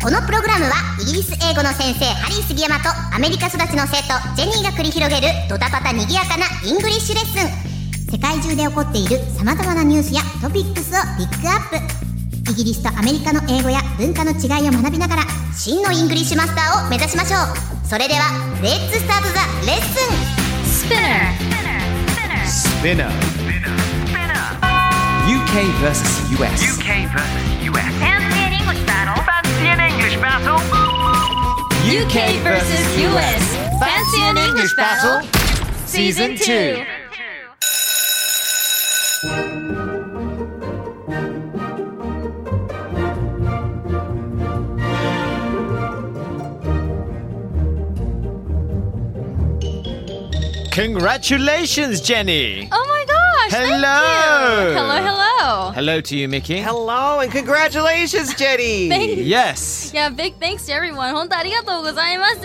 このプログラムはイギリス英語の先生ハリー杉山とアメリカ育ちの生徒ジェニーが繰り広げるドタパタにぎやかなイングリッシュレッスン世界中で起こっている様々なニュースやトピックスをピックアップイギリスとアメリカの英語や文化の違いを学びながら真のイングリッシュマスターを目指しましょうそれではレッツスタートザレッスン Spinner. UK versus US. UK versus US. Fancy an English battle. Fancy an UK versus US. English battle. Fancy an English Season battle. 2. Congratulations, Jenny. Oh my gosh! Hello. Thank you. Hello, hello. Hello to you, Mickey. Hello and congratulations, Jenny! Thank you. Yes. Yeah, big thanks to everyone. 本当ありがとうございます。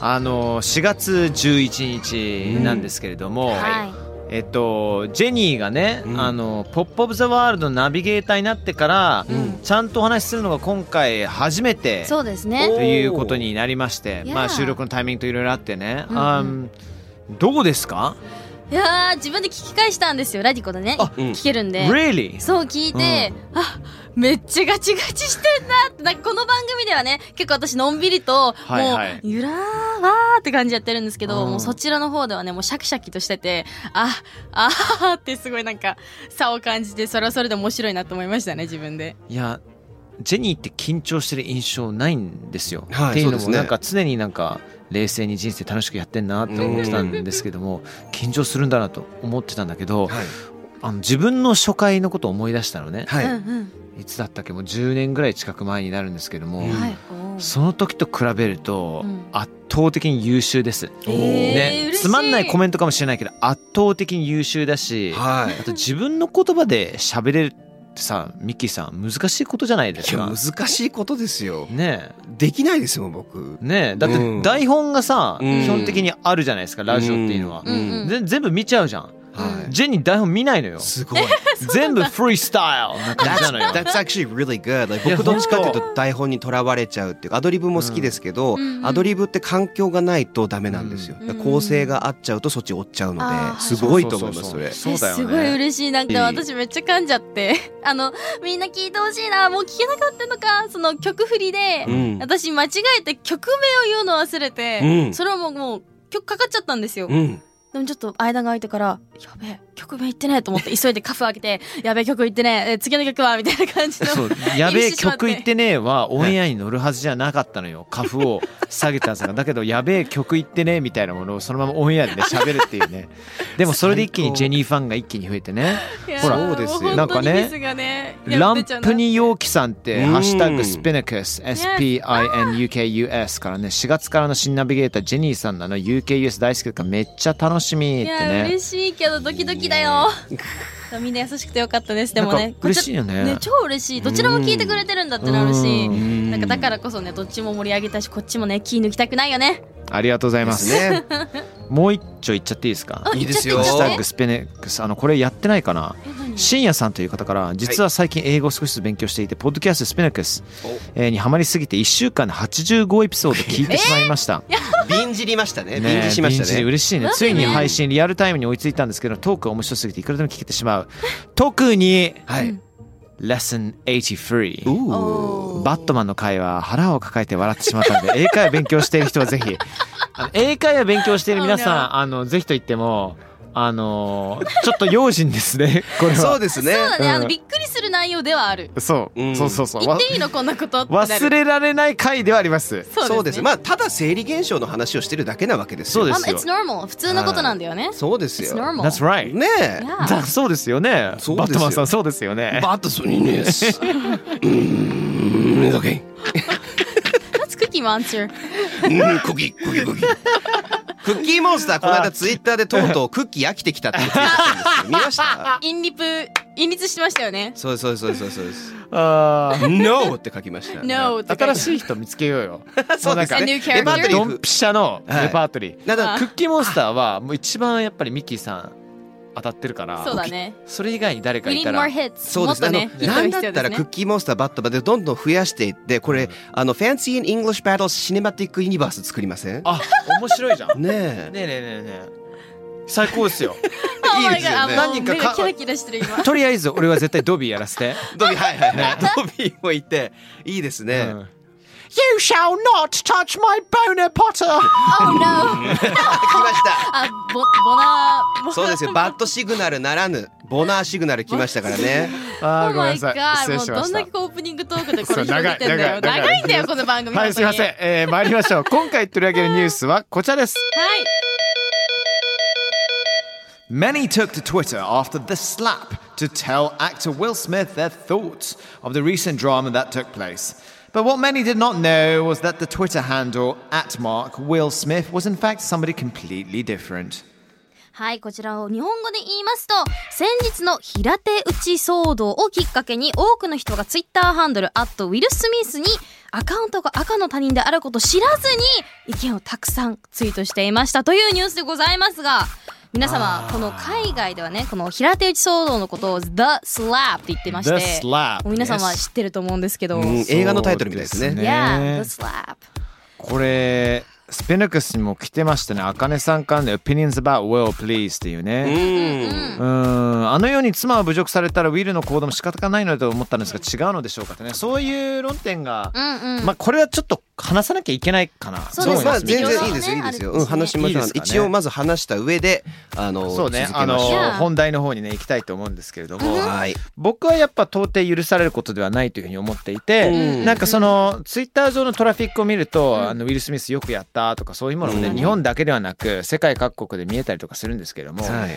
あの4月11日なんですけれども、はいえっと、ジェニーがね、あの「ポップ・オブ・ザ・ワールド」のナビゲーターになってから、ちゃんとお話しするのが今回初めてそうですね。ということになりまして、 Yeah まあ、収録のタイミングといろいろあってね、あんどうですか、いやー自分で聞き返したんですよ。ラディコでね、聞けるんで。 ?Really? そう聞いて、あめっちゃガチガチしてんなってなんかこの番組ではね結構私のんびりと、はいはいもうゆらーわーって感じやってるんですけど、うんもうそちらの方ではねもうシャキシャキとしててああーってすごいなんか差を感じてそれはそれで面白いなと思いましたね自分で。いやジェニーって緊張してる印象ないんですよ。はいっていうのそうでもすねなんか常になんか冷静に人生楽しくやってんなって思ってたんですけども緊張するんだなと思ってたんだけど、はいあの自分の初回のことを思い出したのね、はうんい。い、つだったっけもう10年ぐらい近く前になるんですけども、うんはい。その時と比べるとうん圧倒的に優秀です。えーね、嬉しいつまんないコメントかもしれないけど圧倒的に優秀だし、はいあと自分の言葉で喋れるってさミッキーさん難しいことじゃないでいすやか。難しいことですよ。ねえできないですもん、僕。ねえだってうん台本がさ、うん基本的にあるじゃないですかラジオっていうのは、うんうんぜ全部見ちゃうじゃん、はジェニー台本見ないのよい。す ごい。全部フリースタイルな感じ なのよ That's actually really good. Like, いや僕どっちかっていうと台本にとらわれちゃうっていうかアドリブも好きですけど、アドリブって環境がないとダメなんですよ。うんだから構成が合っちゃうとそっち追っちゃうのあーで、すごいと思います、それ。そうだよねすごい嬉しい。なんいいか私めっちゃ噛んじゃって。あの、みんな聞いてほしいな。もう聞けなかったのか。その曲振りで、うん私間違えて曲名を言うの忘れて、うんそれはもうもう曲かかっちゃったんですよ。うん。でもちょっと間が空いてから、やべえ、曲名言ってねえと思って急いでカフ開けて、 やべえ曲言ってねえ、え次の曲はみたいな感じの。そうやべえ入りしてしまって曲言ってねえ はオンエアに乗るはずじゃなかったのよカフを下げたんですがだけどやべえ曲言ってねえみたいなものをそのままオンエアでね喋るっていうねでもそれで一気にジェニーファンが一気に増えてねいやーほらそうですよもなん本当かにねミスがね、いやラン出ちゃうなプニ陽気さんって「うんハッシュタグスピナクス SPINUKUS」からね4月からの新ナビゲータージェニーさんなの UKUS 大好きだからめっちゃ楽しみっいてやね嬉しいけどドキドキだよみんな優しくてよかったですでもなんねか嬉しいよねこっちは超嬉しいどちらも聞いてくれてるんだってなるしうんなんかだからこそねどっちも盛り上げたしこっちもね気抜きたくないよねありがとうございでますすね。 もう一丁いっちゃっていいですかあいいですよ言ハッっちシゃュタって言っちゃグってスペネックスあのこれやってないかな深夜さんという方から実は最近英語を少しずつ勉強していて、ポッドキャストスペネックス えーにハマりすぎて1週間で85エピソード聞いてしまい ました、便じりましたね。ね便じしました臨時ね。嬉しいねついに配信リアルタイムに追いついたんですけどトークが面白すぎていくらでも聞けてしまう特にはい。レッスン83うバットマンの会は腹を抱えて笑ってしまっ たので英会話勉強している人はぜひあの英会話勉強している皆さ Oh んあのぜひと言ってもあのちょっと用心で すねこれはそうですね。そうだねあうのんびっくりする内容ではあるそう,、うんそうそうそう言わっていいのこんなことってなる忘れられない回ではありますそうです。ねまあ、ただ生理現象の話をしてるだけなわけですよ。そうであすの It's normal 普通のことなんだよねそうです It's よ。 normal That's right ねえ。 Yeah だそうですよねそうですよバットマンさんそうですよねバットソニーです。うん、OK。 That's cookie team answer. うん、クギクギクギ。クッキーモンスターこの間ツイッターでとうとうクッキー飽きてきたって言ってたんですよ。見ました？インリプ、インリツしてましたよね。そうそうそうそうそうです。 あ No って書きまし No た。って書いーてあ新るしい人見つけようよ そうですねもうなん A new か character レパートリードンピシャのはいレパートリー、なんあだクッキーモンスターはもう一番やっぱりミッキーさん当たってるからそうだね。それ以外に誰か We い need たら more hits. そうもでっすとねね。。あのなんだ人っいる必た要らですクッねキーモンスターバットまでどんどん増やしていって、これあのファンシーインイングリッシュバトルシネマティックユニバース作りません？あ面白いじゃん ねねえ。えねえねえねえ最高ですよいいですよ Oh my god あねもう何人か目がかキラキラしてる 今。とりあえず俺は絶対ドビーやらせて、ドビーはいはいはい。ドビーもいていいですうんね。 You shall not touch my boner potter! Oh no! あ来ました。あ、ボ、ボナー、ボそうですよ。バッドシグナルならぬボナーシグナル来ましたからね。 あーごめ Oh んなさ my い god 失礼しまもうどんしだたけオープニングトークでこそれう広げてんだよ長い長い長いんだよ長この番組はい、すいませ本ん、えー、参りましょう。今回取り上げるニュースはこちらです。当にはい Many took to Twitter after the slap to tell actor Will Smith their thoughts of the recent drama that took place. But what many did not know was that the Twitter handle at Mark Will Smith was in fact somebody completely different. はい、こちらを日本語で言いますと、先日の平手打ち騒動をきっかけに多くの人がツイッターハンドル、アットウィル・スミスにアカウントが赤の他人であることを知らずに意見をたくさんツイートしていましたというニュースでございますが、皆様、この海外ではね、この平手打ち騒動のことを The Slap って言ってまして、 The slap もう皆様知ってると思うんですけど、うん映画のタイトルみたいですね。 Yeah, ね The Slap. これスペナクスにも来てましたね。あかねさんからの Opinions about Will Please っていうね。うん。うーんあのように妻を侮辱されたらウィルの行動も仕方がないのだと思ったんですが違うのでしょうかってねそういう論点が、うんうん。まあこれはちょっと話さなきゃいけないかなそうそうで思いすままあす全ね然いいですよいいですよ。うん話しましょいいうです。かね一応まず話した上であのそうね続けあまのしょう。本題の方にね行きたいと思うんですけれども、はい。僕はやっぱ到底許されることではないというふうに思っていて、うんなんかそのツイッター上のトラフィックを見ると、あのウィル・スミスよくやったとかそういうものもね、うん日本だけではなく世界各国で見えたりとかするんですけれども、はい。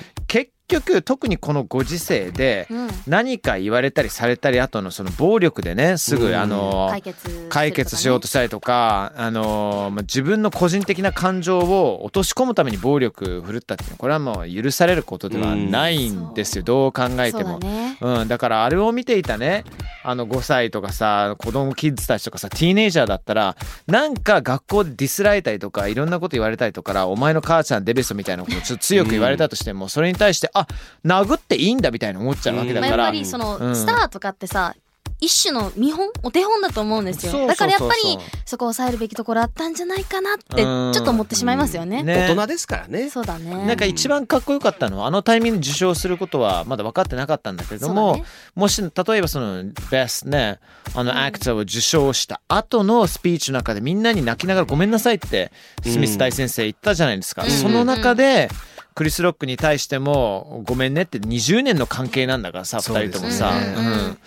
結局特にこのご時世で、うん、何か言われたりされたり後のその暴力でねすうぐんあの解決するとかね解決しようとしたりとかあのまあ自分の個人的な感情を落とし込むために暴力振るったっていうのはこれはもう許されることではないんですよどう考えそてうだも。ね。うん、だからあれを見ていたねあの5歳とかさ子供キッズたちとかさティーネイジャーだったらなんか学校でディスられたりとかいろんなこと言われたりとかお前の母ちゃんデベソみたいなことをちょっと強く言われたとしても、それに対してあ殴っていいんだみたいな思っちゃうわけだまあ、かやっら、ぱりその、うんスターとかってさ一種の見本お手本だと思うんですよそうそうそうだからやっぱそうりそこを抑えるべきところあったんじゃないかなってちうょんっと思ってしまいますよね。ね大人ですからね。そうだねなんか一番かっこよかったのはあのタイミングで受賞することはまだ分かってなかったんだけれども、そうだねもし例えばそのベストねあのアクターを受賞した後のスピーチの中でみんなに泣きながら「ごめんなさい」ってスミス大先生言ったじゃないですか、うんその中でクリス・ロックに対しても「ごめんね」って20年の関係なんだからさそう2ですね人ともさ。うんうんうん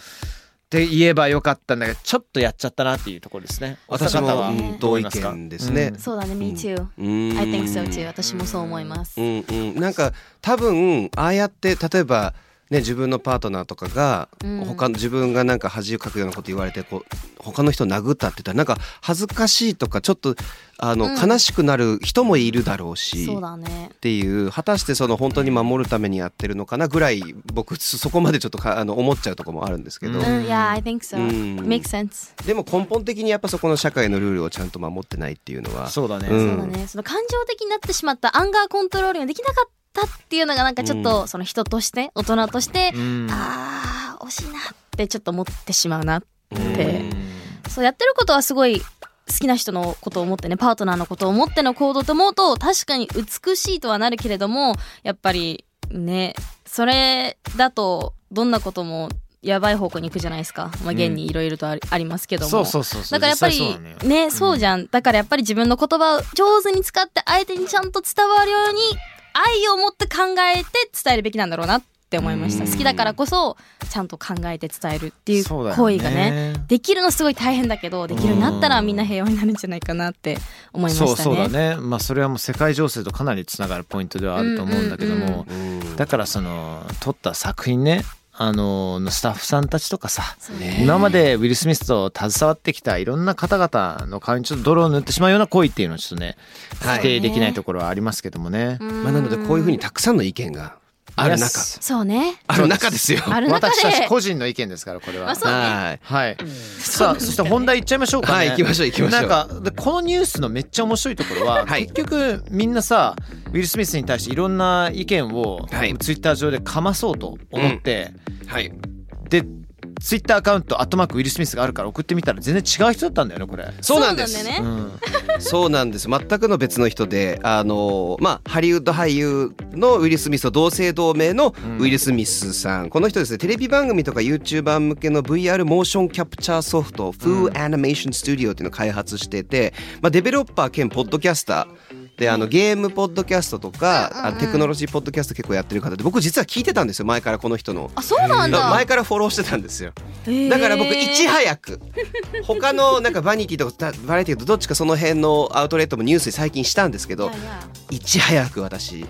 って言えばよかったんだけどちょっとやっちゃったなっていうところですね。お私二方もはうんどう同思い意ますか見ですね。そうだね Me too、うん I think so too 私もそう思いまうす、んうん、なんか多分ああやって例えば、ね、自分のパートナーとかが、うん他の自分がなんか恥をかくようなこと言われてこう他の人を殴ったって言ったらなんか恥ずかしいとかちょっとあの、うん悲しくなる人もいるだろうし。そうだねっていう果たしてその本当に守るためにやってるのかなぐらい僕そこまでちょっとかあの思っちゃうとこもあるんですけど、うん、Yeah I think so、うん Makes sense でも根本的にやっぱそこの社会のルールをちゃんと守ってないっていうのはそうだね、うんそうだねその感情的になってしまったアンガーコントロールができなかったっていうのがなんかちょっと、その人として大人として、うんあー惜しいなってちょっと思ってしまうなっうんて、そうやってることはすごい好きな人のことを思ってねパートナーのことを思っての行動と思うと確かに美しいとはなるけれどもやっぱりねそれだとどんなこともやばい方向に行くじゃないですか、まあ、現にいろいろとあり,、ありますけどもそうそうそうそうだからやっぱ実際りそうなのよねそうじゃんだからやっぱり自分の言葉を上手に使って相手にちゃんと伝わるように愛を持って考えて伝えるべきなんだろうなって思いましたうん好きだからこそちゃんと考えて伝えるっていうそう行だよ為がねできるのすごい大変だけどできるようになったらみんな平和になるんじゃないかなって思いましたね。そうそうだね、まあ、それはもう世界情勢とかなりつながるポイントではあると思うんだけども、うんだからその撮った作品ねあののスタッフさんたちとかさ、ね今までウィル・スミスと携わってきたいろんな方々の顔にちょっと泥を塗ってしまうような行為っていうのはちょっとねはい否定できないところはありますけどもね。まあ、なのでこういうふうにたくさんの意見がある中 Yes そうねある中ですよ。ある中で私たち個人の意見ですからこれは。はい。はい。さあ、そして本題いっちゃいましょうかね。はい行きましょう行きましょうなんかでこのニュースのめっちゃ面白いところは、はい結局みんなさウィル・スミスに対していろんな意見を、はいツイッター上でかまそうと思って、はい。でツイッターアカウント「アットマークウィル・スミス」があるから送ってみたら全然違う人だったんだよねこれ。そうなんです。ねうん、そうなんです。全くの別の人で、あのまあハリウッド俳優のウィルスミスと同姓同名のウィルスミスさん。この人ですね。テレビ番組とか YouTuber 向けの VR モーションキャプチャーソフト、Foo Animation Studio っていうのを開発してて、まあデベロッパー兼ポッドキャスターであのゲームポッドキャストとか、あテクノロジーポッドキャスト結構やってる方で、僕実は聞いてたんですよ。前からこの人の。あそうなんだ前からフォローしてたんですよ。だから僕いち早く他のなんかバニティとかバラエティとかどっちかその辺のアウトレットもニュースに最近したんですけどいち早く私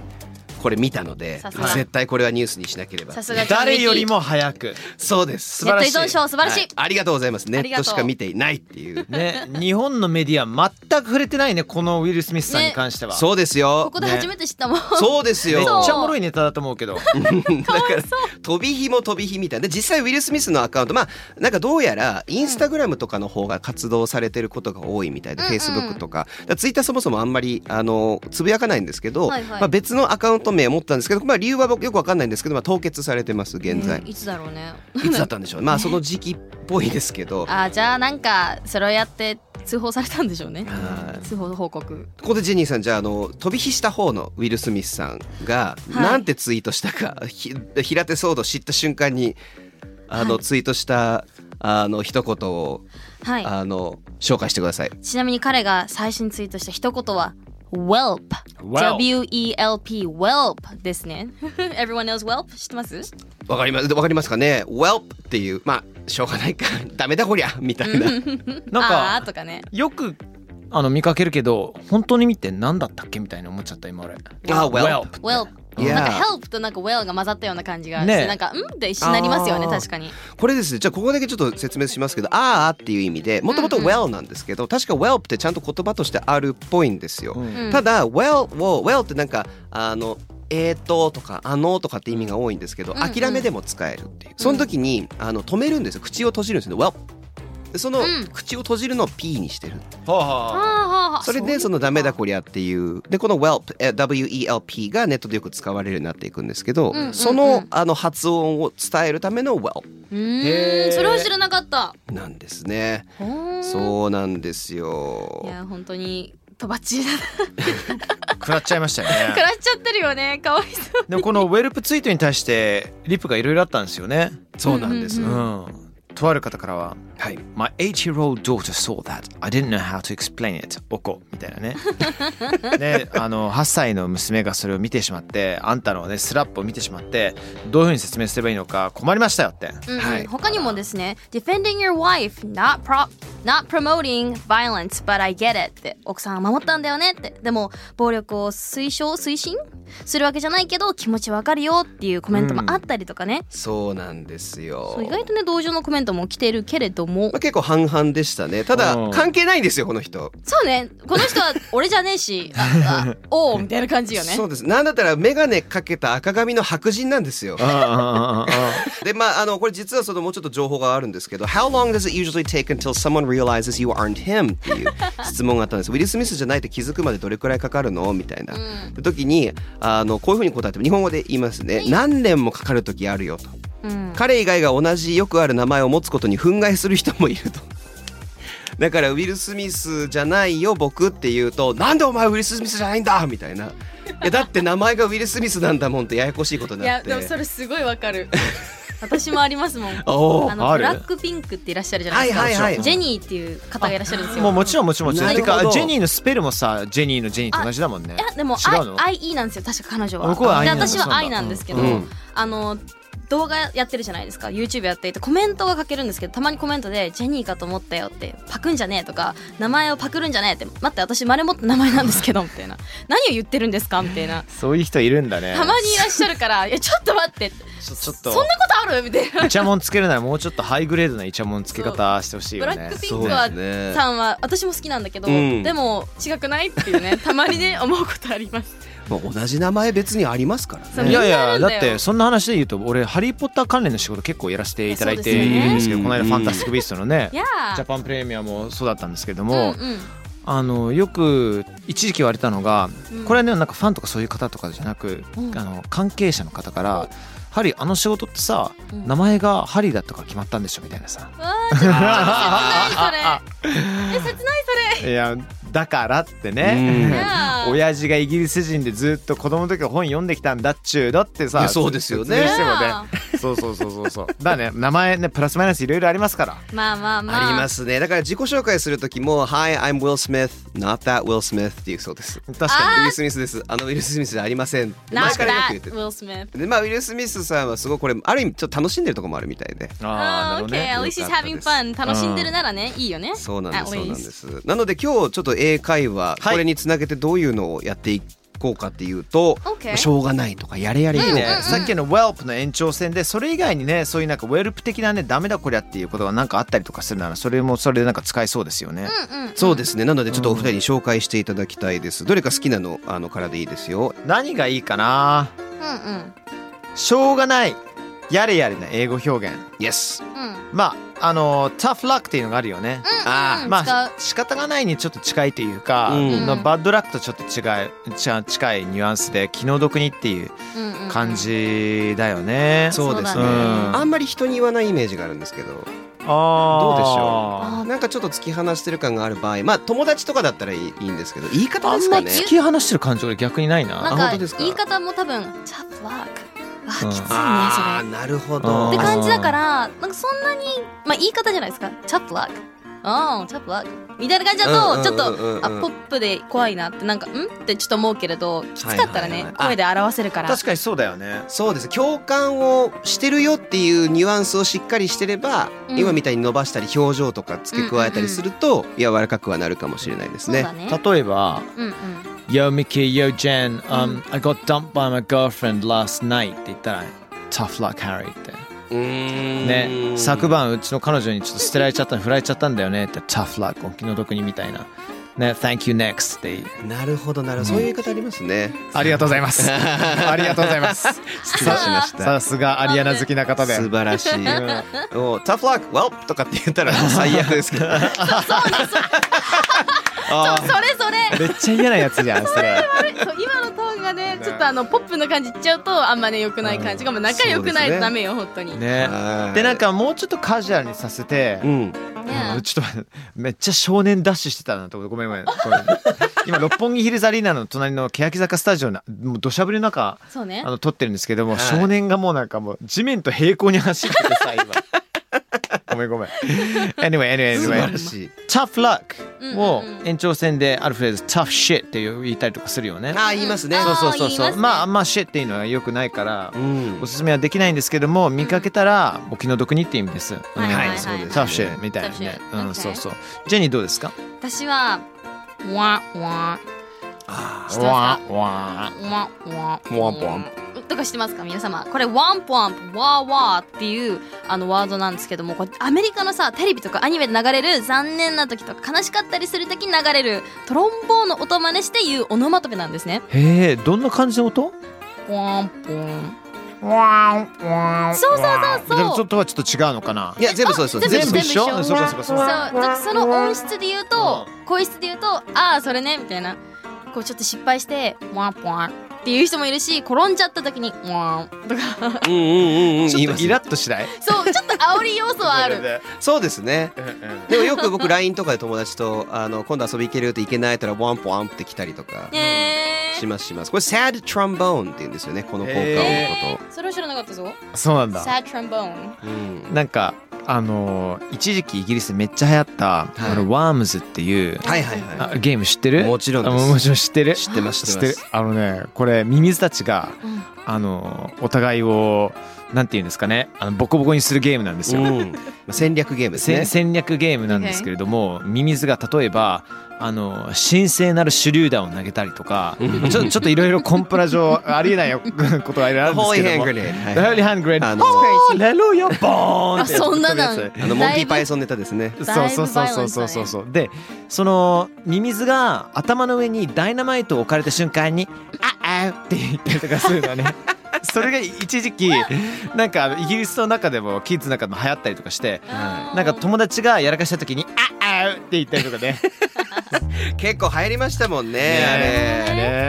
これ見たのでさすが絶対これはニュースにしなければさすが誰よりも早く。そうです素ネ晴ット依らしい存症素晴らしい、はいありがとうございますネありッがとトうしか見ていないっていうね、日本のメディア全く触れてないねこのウィル・スミスさんに関しては。そうですこよこで初めて知ったもん、そうですよめっちゃおもろいネタだと思 うけど。だから飛び火も飛び火みたいなで実際ウィル・スミスのアカウントまあなんかどうやらインスタグラムとかの方が活動されてることが多いみたいで、うんフェイスブックとかツイッターそもそもあんまりあのつぶやかないんですけど、はいはいまあ、別のアカウント名を持ってたんですけど、まあ、理由は僕よくわかんないんですけど、まあ、凍結されてます現在、うんいつだろうねいつだったんでしょうまあその時期っぽいですけどあーじゃあなんかそれをやって通報されたんでしょうねはい通報報告ここでジェニーさんじゃああの飛び火した方のウィル・スミスさんがはいなんてツイートしたか、ひ平手騒動知った瞬間にあのツイートしたあの一言を、はいあの紹介してください。ちなみに彼が最初にツイートした一言は Welp Welp W-E-L-P Welp ですね Everyone knows Welp 知ってますわかりますわかりますかね ?Welp っていうまあしょうがないか ダメだこりゃみたいな。なんあかーとかねよくあの見かけるけど本当に見て何だったっけみたいに思っちゃった今俺。あ Welp。 Welp Welp いやなんか Help となんか Well が混ざったような感じがして、ねなんかうんって一緒になりますよねあー確かにこれですねじゃあここだけちょっと説明しますけど「ああ」っていう意味でもともと「well」なんですけど確か「well」ってちゃんと言葉としてあるっぽいんですよ。んただ「well」を「well」ってなんかあの「えーと」とか「あの」とかって意味が多いんですけど、諦めでも使えるっていうその時にあの止めるんですよ口を閉じるんですよね「well」でその口を閉じるのを P にしてるはあはあそれでそのダメだこりゃっていうでこの welp え WELP がネットでよく使われるようになっていくんですけど、そのあの発音を伝えるための welp うーんそれは知らなかったなんですね。ほーんそうなんですいよ。や本当にとばっちりだな 食らっちゃいましたよ食ね。らっちゃってるよねかわいそうでもこのウェルプツイートに対してリプがいろいろあったんですよね。そうなんです。うはん。とある方からは。い。 My eight-year-old daughter saw that. I didn't know how to explain it. おこみたいな ね。ね、あの8歳の娘がそれを見てしまって、あんたのねスラップを見てしまって、どういうふうに説明すればいいのか困りましたよって。うんうんはい他にもですね「Defending your wife not, pro not promoting violence but I get it」って奥さんは守ったんだよねってでも暴力を推奨推進するわけじゃないけど気持ちわかるよっていうコメントもあったりとかね、そうなんですよそう。意外とね同情のコメントも来てるけれどもまあ、結構半々でしたね。たうだん関係ないんですよこの人。そうねこの 人は俺じゃねえしああおうみたいな感じよねそうです。なんだったら眼鏡かけた赤髪の白人なんですよ。あああああでまああのこれ実はそのもうちょっと情報があるんですけど「How long does it usually take until someone realizes you aren't him?」っていう質問があったんですウィル・スミスじゃないって気づくまでどれくらいかかるのみたいな、で時にあのこういうふうに答えて日本語で言いますね何年もかかる時あるよと、彼以外が同じよくある名前を持つことに憤慨する人もいると。 だからウィル・スミスじゃないよ僕って言うと「なんでお前ウィル・スミスじゃないんだ!」みたいな「いやだって名前がウィル・スミスなんだもん」ってややこしいことにいなやってでもそれすごいわかる 私もありますもんあおーのあブるラックピンクっていらっしゃるじゃないですか、はいはいはいジェニーっていう方がいらっしゃるんですよもうもちろんもちろんもちろん。なてるほどかジェニーのスペルもさ、ジェニーのジェニーと同じだもんね。いやでも違うの。 I- IE なんですよ確か彼女は僕は IE でなんだ私は I なんですけど、うんあの動画やってるじゃないですか YouTube やっていてコメントが書けるんですけどたまにコメントで「ジェニーかと思ったよ」って「パクんじゃねえ」とか「名前をパクるんじゃねえ」って「待って私丸持った名前なんですけど」みたいな「何を言ってるんですか?」みたいなそういう人いるんだねたまにいらっしゃるから「いやちょっと待ってちょちょっそとんなことある?」みたいなイチャモンつけるならもうちょっとハイグレードなイチャモンつけ方してほしいよブラねックピンそクうは、ですねさんは私も好きなんだけど、うんでも違くないっていうねたまにね思うことあります まあ、同じ名前別にありますからそうねいやいみやんなだあっるんだよてそんな話で言うと俺ハリー・ポッター関連の仕事結構やらせていただいているんそうでですけどすよねこの間「ファンタスティック・ビースト」のねいやジャパンプレミアもそうだったんですけどうも、んうんあのよく一時期言われたのが、うんこれはねなんかファンとかそういう方とかじゃなく、うんあの関係者の方から「ハリーあの仕事ってさ、うん名前がハリーだとか決まったんでしょ」みたいなさ。わあちょっと切ないそれえ切ないそれいやだからってうんいね。や ー親父がイギリス人でずっと子供の時から本読んできたんだっちゅうのっていさやそうですよね説明してもいねやそうそうそうそうそうだね名前ねプラスマイナスいろいろありますからまあまあまあありますねだから自己紹介する時も「Hi, I'm Will Smith, not that Will Smith」っていうそうです確かウィル・スミスですあのウィル・スミスじゃありませんな前んかからよく that 言って Will Smith でまあ、ウィル・スミスさんはすごいこれある意味ちょっと楽しんでるとこもあるみたいでにあー OK ね at least he's having fun 楽しんでるならねいいよねそうなんです At そうなん least ですなので今日ちょっと英会話、はいこれにつなげてどういうのをやっていこうかっていうと、 OK しょうがないとかやれやれいいね、とかさっきの WELP の延長線でそれ以外にねそういうなんか WELP 的なねダメだこりゃっていうことがなんかあったりとかするならそれもそれでなんか使えそうですよね、そうですねなのでちょっとお二人に紹介していただきたいですどれか好きなのあのからでいいですよ何がいいかなうんしょうがないやれやれな英語表現 Yes うんうんまああのタフラックっていうのがあるよね、あま使うあ仕方がないにちょっと近いというか、うんまあバッドラックとちょっと違うちゃ近いニュアンスで気の毒にっていううんうん感じだよね、そうですそねうだねあんまり人に言わないイメージがあるんですけどどうでしあょうなんかちょっと突き放してる感がある場合まあ友達とかだったらいいいいんですけど言い方あでんすまかりね突き放してる感じ俺逆にないなあな本当んでかすか言い方も多分「チャップワーク」あうんきついねあそれーなるほあどーって感じだからなんかそんなにまあ言い方じゃないですか「チャップワーク」「うんチャップワーク」みたいな感じだうんとちょっとうんうんうんあポップで怖いなってなんか「ん?」ってちょっと思うけれどきつかったらはいはいはねい声で表せるから確かにそうだよねそうです共感をしてるよっていうニュアンスをしっかりしてれば、うん今みたいに伸ばしたり表情とか付け加えたりすると、柔らかくはなるかもしれないですそうね。だね例えばうんうん「Yo Mickey, yo Jen、um, I got dumped by my girlfriend last night」って言ったら「Tough luck Harry」ってね昨晩うちの彼女にちょっと捨てられちゃった振られちゃったんだよねって Tough luck お気の毒にみたいなね Thank you next っていうなるほどなるほど、そういう言い方ありますね。ありがとうございます ありがとうございます失礼しましさた。すがアリアナ好きな方で素晴らし い。もうタフラック、ワルとかって言 ったらもう最悪ですけど。そうそれそれめっちゃ嫌なやつじゃんそれそう今のトーンがねちょっとあのポップな感じいっちゃうとあんまね良くない感じがもう仲良くないとダメよ本当にねはいでなん、かもうちょっとカジュアルにさせて、うん、ねうんちょっと待ってめっちゃ少年ダッシュしてたなと思ってごめんごめんごめん今六本木ヒルズアリーナの隣の欅坂スタジオのもう土砂降りの中そうねあの撮ってるんですけども、はい少年がもうなんかもう地面と平行に走ってて さ今ごめんごめん Anyway 素晴 anyway らしい。 Tough luck うんうんを延長戦であるフレーズ Tough shit っていう言ったりとかするよねああ言いますね。そうそうそう言いそまうすねまあまあ shit っていうのは良くないから、うんおすすめはできないんですけども見かけたらお気の毒にって意味です。いはいはいはいそうです。タフシェみたいなね Tough。う shit ん Okay そうそう。ジェニーどうですか？私は「わんわん」知ってまわすーわワンワンワンワンとかしてますか皆様これワンポンプワーワーっていうあのワードなんですけどもこれアメリカのさテレビとかアニメで流れる残念な時とか悲しかったりする時に流れるトロンボーンの音真似して言うオノマトペなんですねー。へえどんな感じの音？ワンポンわーわー。そうそうそうそうちょっとはちょっと違うのかな。いや全部そうですそうです。全部一緒全部一緒そうかそうかそうそうか。だからその音質で言うと声質で言うとああそれねみたいなこうちょっと失敗してワンポンっていう人もいるし転んじゃった時にワンとかうんうんうんうん。ち言いまょっとすイラッとしない。そうちょっと煽り要素は あるそうですね。でもよく僕 LINE とかで友達とあの今度遊び行けるって行けないって言ったらワンポワンって来たりとかえしますします。これ sad trombone って言うんですよねこの効果音のこそれは知らなかったぞ。そうなんだ。サートランボーン。と。うん。なんかあのー一時期イギリスでめっちゃ流行ったあのワームズっていうはいはいはあゲーム知ってる？もちろんですあもちろん知ってる。い。知ってます知知っっててるます。あのねこれミミズたちが、うんあのお互いをなんていうんですかねあのボコボコにするゲームなんですよ、うんまあ戦略ゲームですせね。戦略ゲームなんですけれども、ミミズが例えばあの神聖なる手榴弾を投げたりとかちょちょっといろいろコンプラ上 ありえないよことがいろいろあるんですけども Holy hand grenade はい Holy hand grenade あのおーレロよボーンってやつあそんなの飛ぶやつあのモンキーパイソンネタですね。そうそうそうそうそうそうそう、でそのミミズが頭の上にダイナマイトを置かれた瞬間に「ああ」って言ったりとかするの ねそれが一時期なんかイギリスの中でもキッズの中でも流行ったりとかしてなんか友達がやらかした時に「ああ」って言ったりとかね 結構流行りましたもんね。あれ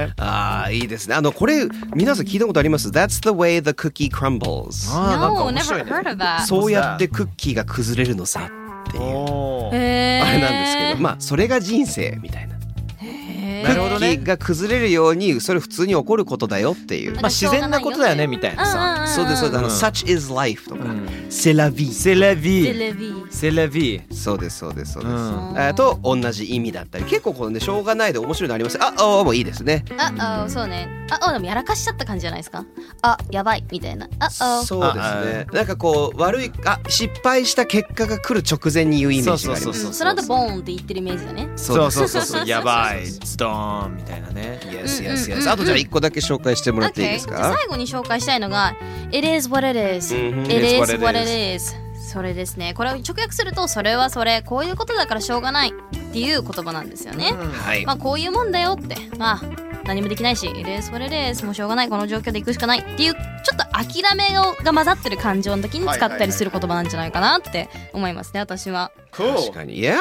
ねああいいですね。あのこれ皆さん聞いたことあります ?That's the way the cookie crumbles。あーなんか No, 面 never 白いね heard of that. そうやってクッキーが崩れるのさっていうあおーえれなんですけど、まあそれが人生みたいな。えクッキーが崩れるようにそれ普通に起こることだよっていう。まあ自然なことだよねみたいなさそうですそうです。あの such is life とか、セラビ「セラビテーレビ」 「セラビー」そうですそうですそうです。うんえーと同じ意味だったり結構このねしょうがないで面白いのありますああもういいですねあ、あ、そうね。あ、あ、でもやらかしちゃった感じじゃないですか。あ、やばいみたいな。あ、あ、そうですねなんかこう悪いあ失敗した結果が来る直前に言うイメージがありますそうそうその後ボーンって言ってるイメージだね。そうそうそうそそううやば いドーンみたいなね Yes, yes, yes. あとじゃあ一個だけ紹介してもらっていいです Okay じゃあか最後に紹介したいのが It is what it is、うんうん It It is is what what it it is それですねこれを直訳するとそれはそれこういうことだからしょうがないっていう言葉なんですよね、はいまあこういうもんだよってまあ何もできないし It is what it is もうしょうがないこの状況で行くしかないっていうちょっと諦めをが混ざってる感情の時に使ったりする言葉なんじゃないかなって思いますね私は Cool 確かに Yeah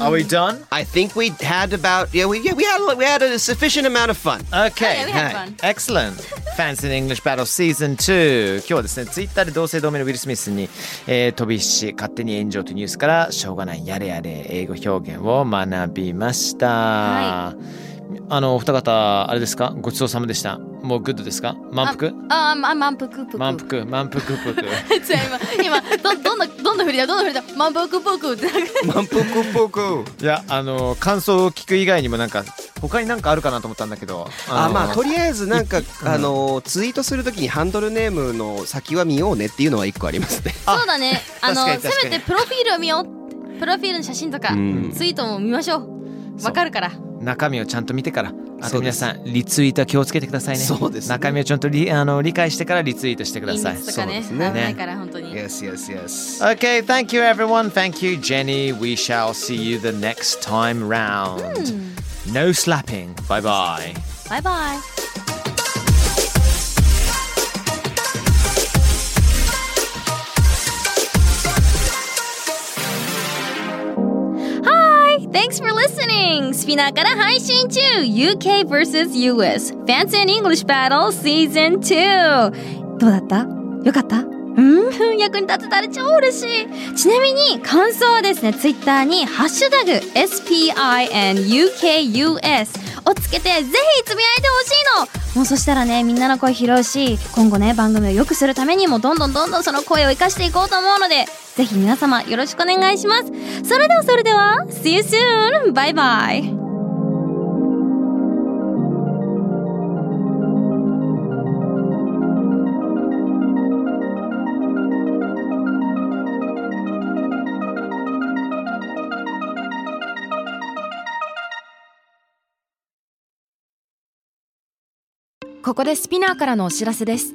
Are we done? I think we had about yeah we yeah, we had we had a sufficient amount of fun Okay. Yeah, we had Hi. fun Excellent. Fancy in English Battle Season 2今日はですねツイッターで同姓同名のウィル・スミスに、えー飛び石勝手に炎上というニュースからしょうがないやれやれ英語表現を学びました、はあのお二方あれですかごちそうさまでしたもうグッドですか満腹あーまあ満腹ぷく満 腹満腹ぷくじゃあ今今どどんなどんな振りだどんな振りだ満腹ぷくって満腹ぽくいやあの感想を聞く以外にもなんか他になんかあるかなと思ったんだけどあのまあとりあえずなんかあのツイートするときにハンドルネームの先は見ようねっていうのは一個ありますね。そうだね。あ確のかにせ確かにめてプロフィールを見よう。プロフィールの写真とか、んツイートも見ましょう。わかるから。中身をちゃんと見てからあそとうで皆すさんリツイートは気をつけてくださいねそうですね中身をちゃんとりあの理解してからリツイートしてくだインさいスとかね。危そうですないから本当に。 yes, yes, yes. Okay, thank you everyone. Thank you, Jenny. We shall see you the next time round. No slapping. Bye bye. バイバイ。Thanks for listening! スピナーから配信中 !UK vs.US Fancy and English Battle Season 2! どうだったよかった うん役に立てたら超嬉しいちなみに感想はですね、ツイッターにハッシュタグ SPINUKUS をつけてぜひつぶやいてほしいのもうそしたらね、みんなの声拾うし、今後ね、番組を良くするためにもどんどんどんどんその声を生かしていこうと思うので、ぜひ皆様よろしくお願いします。それではそれでは、See you soon! バイバイここでスピナーからのお知らせです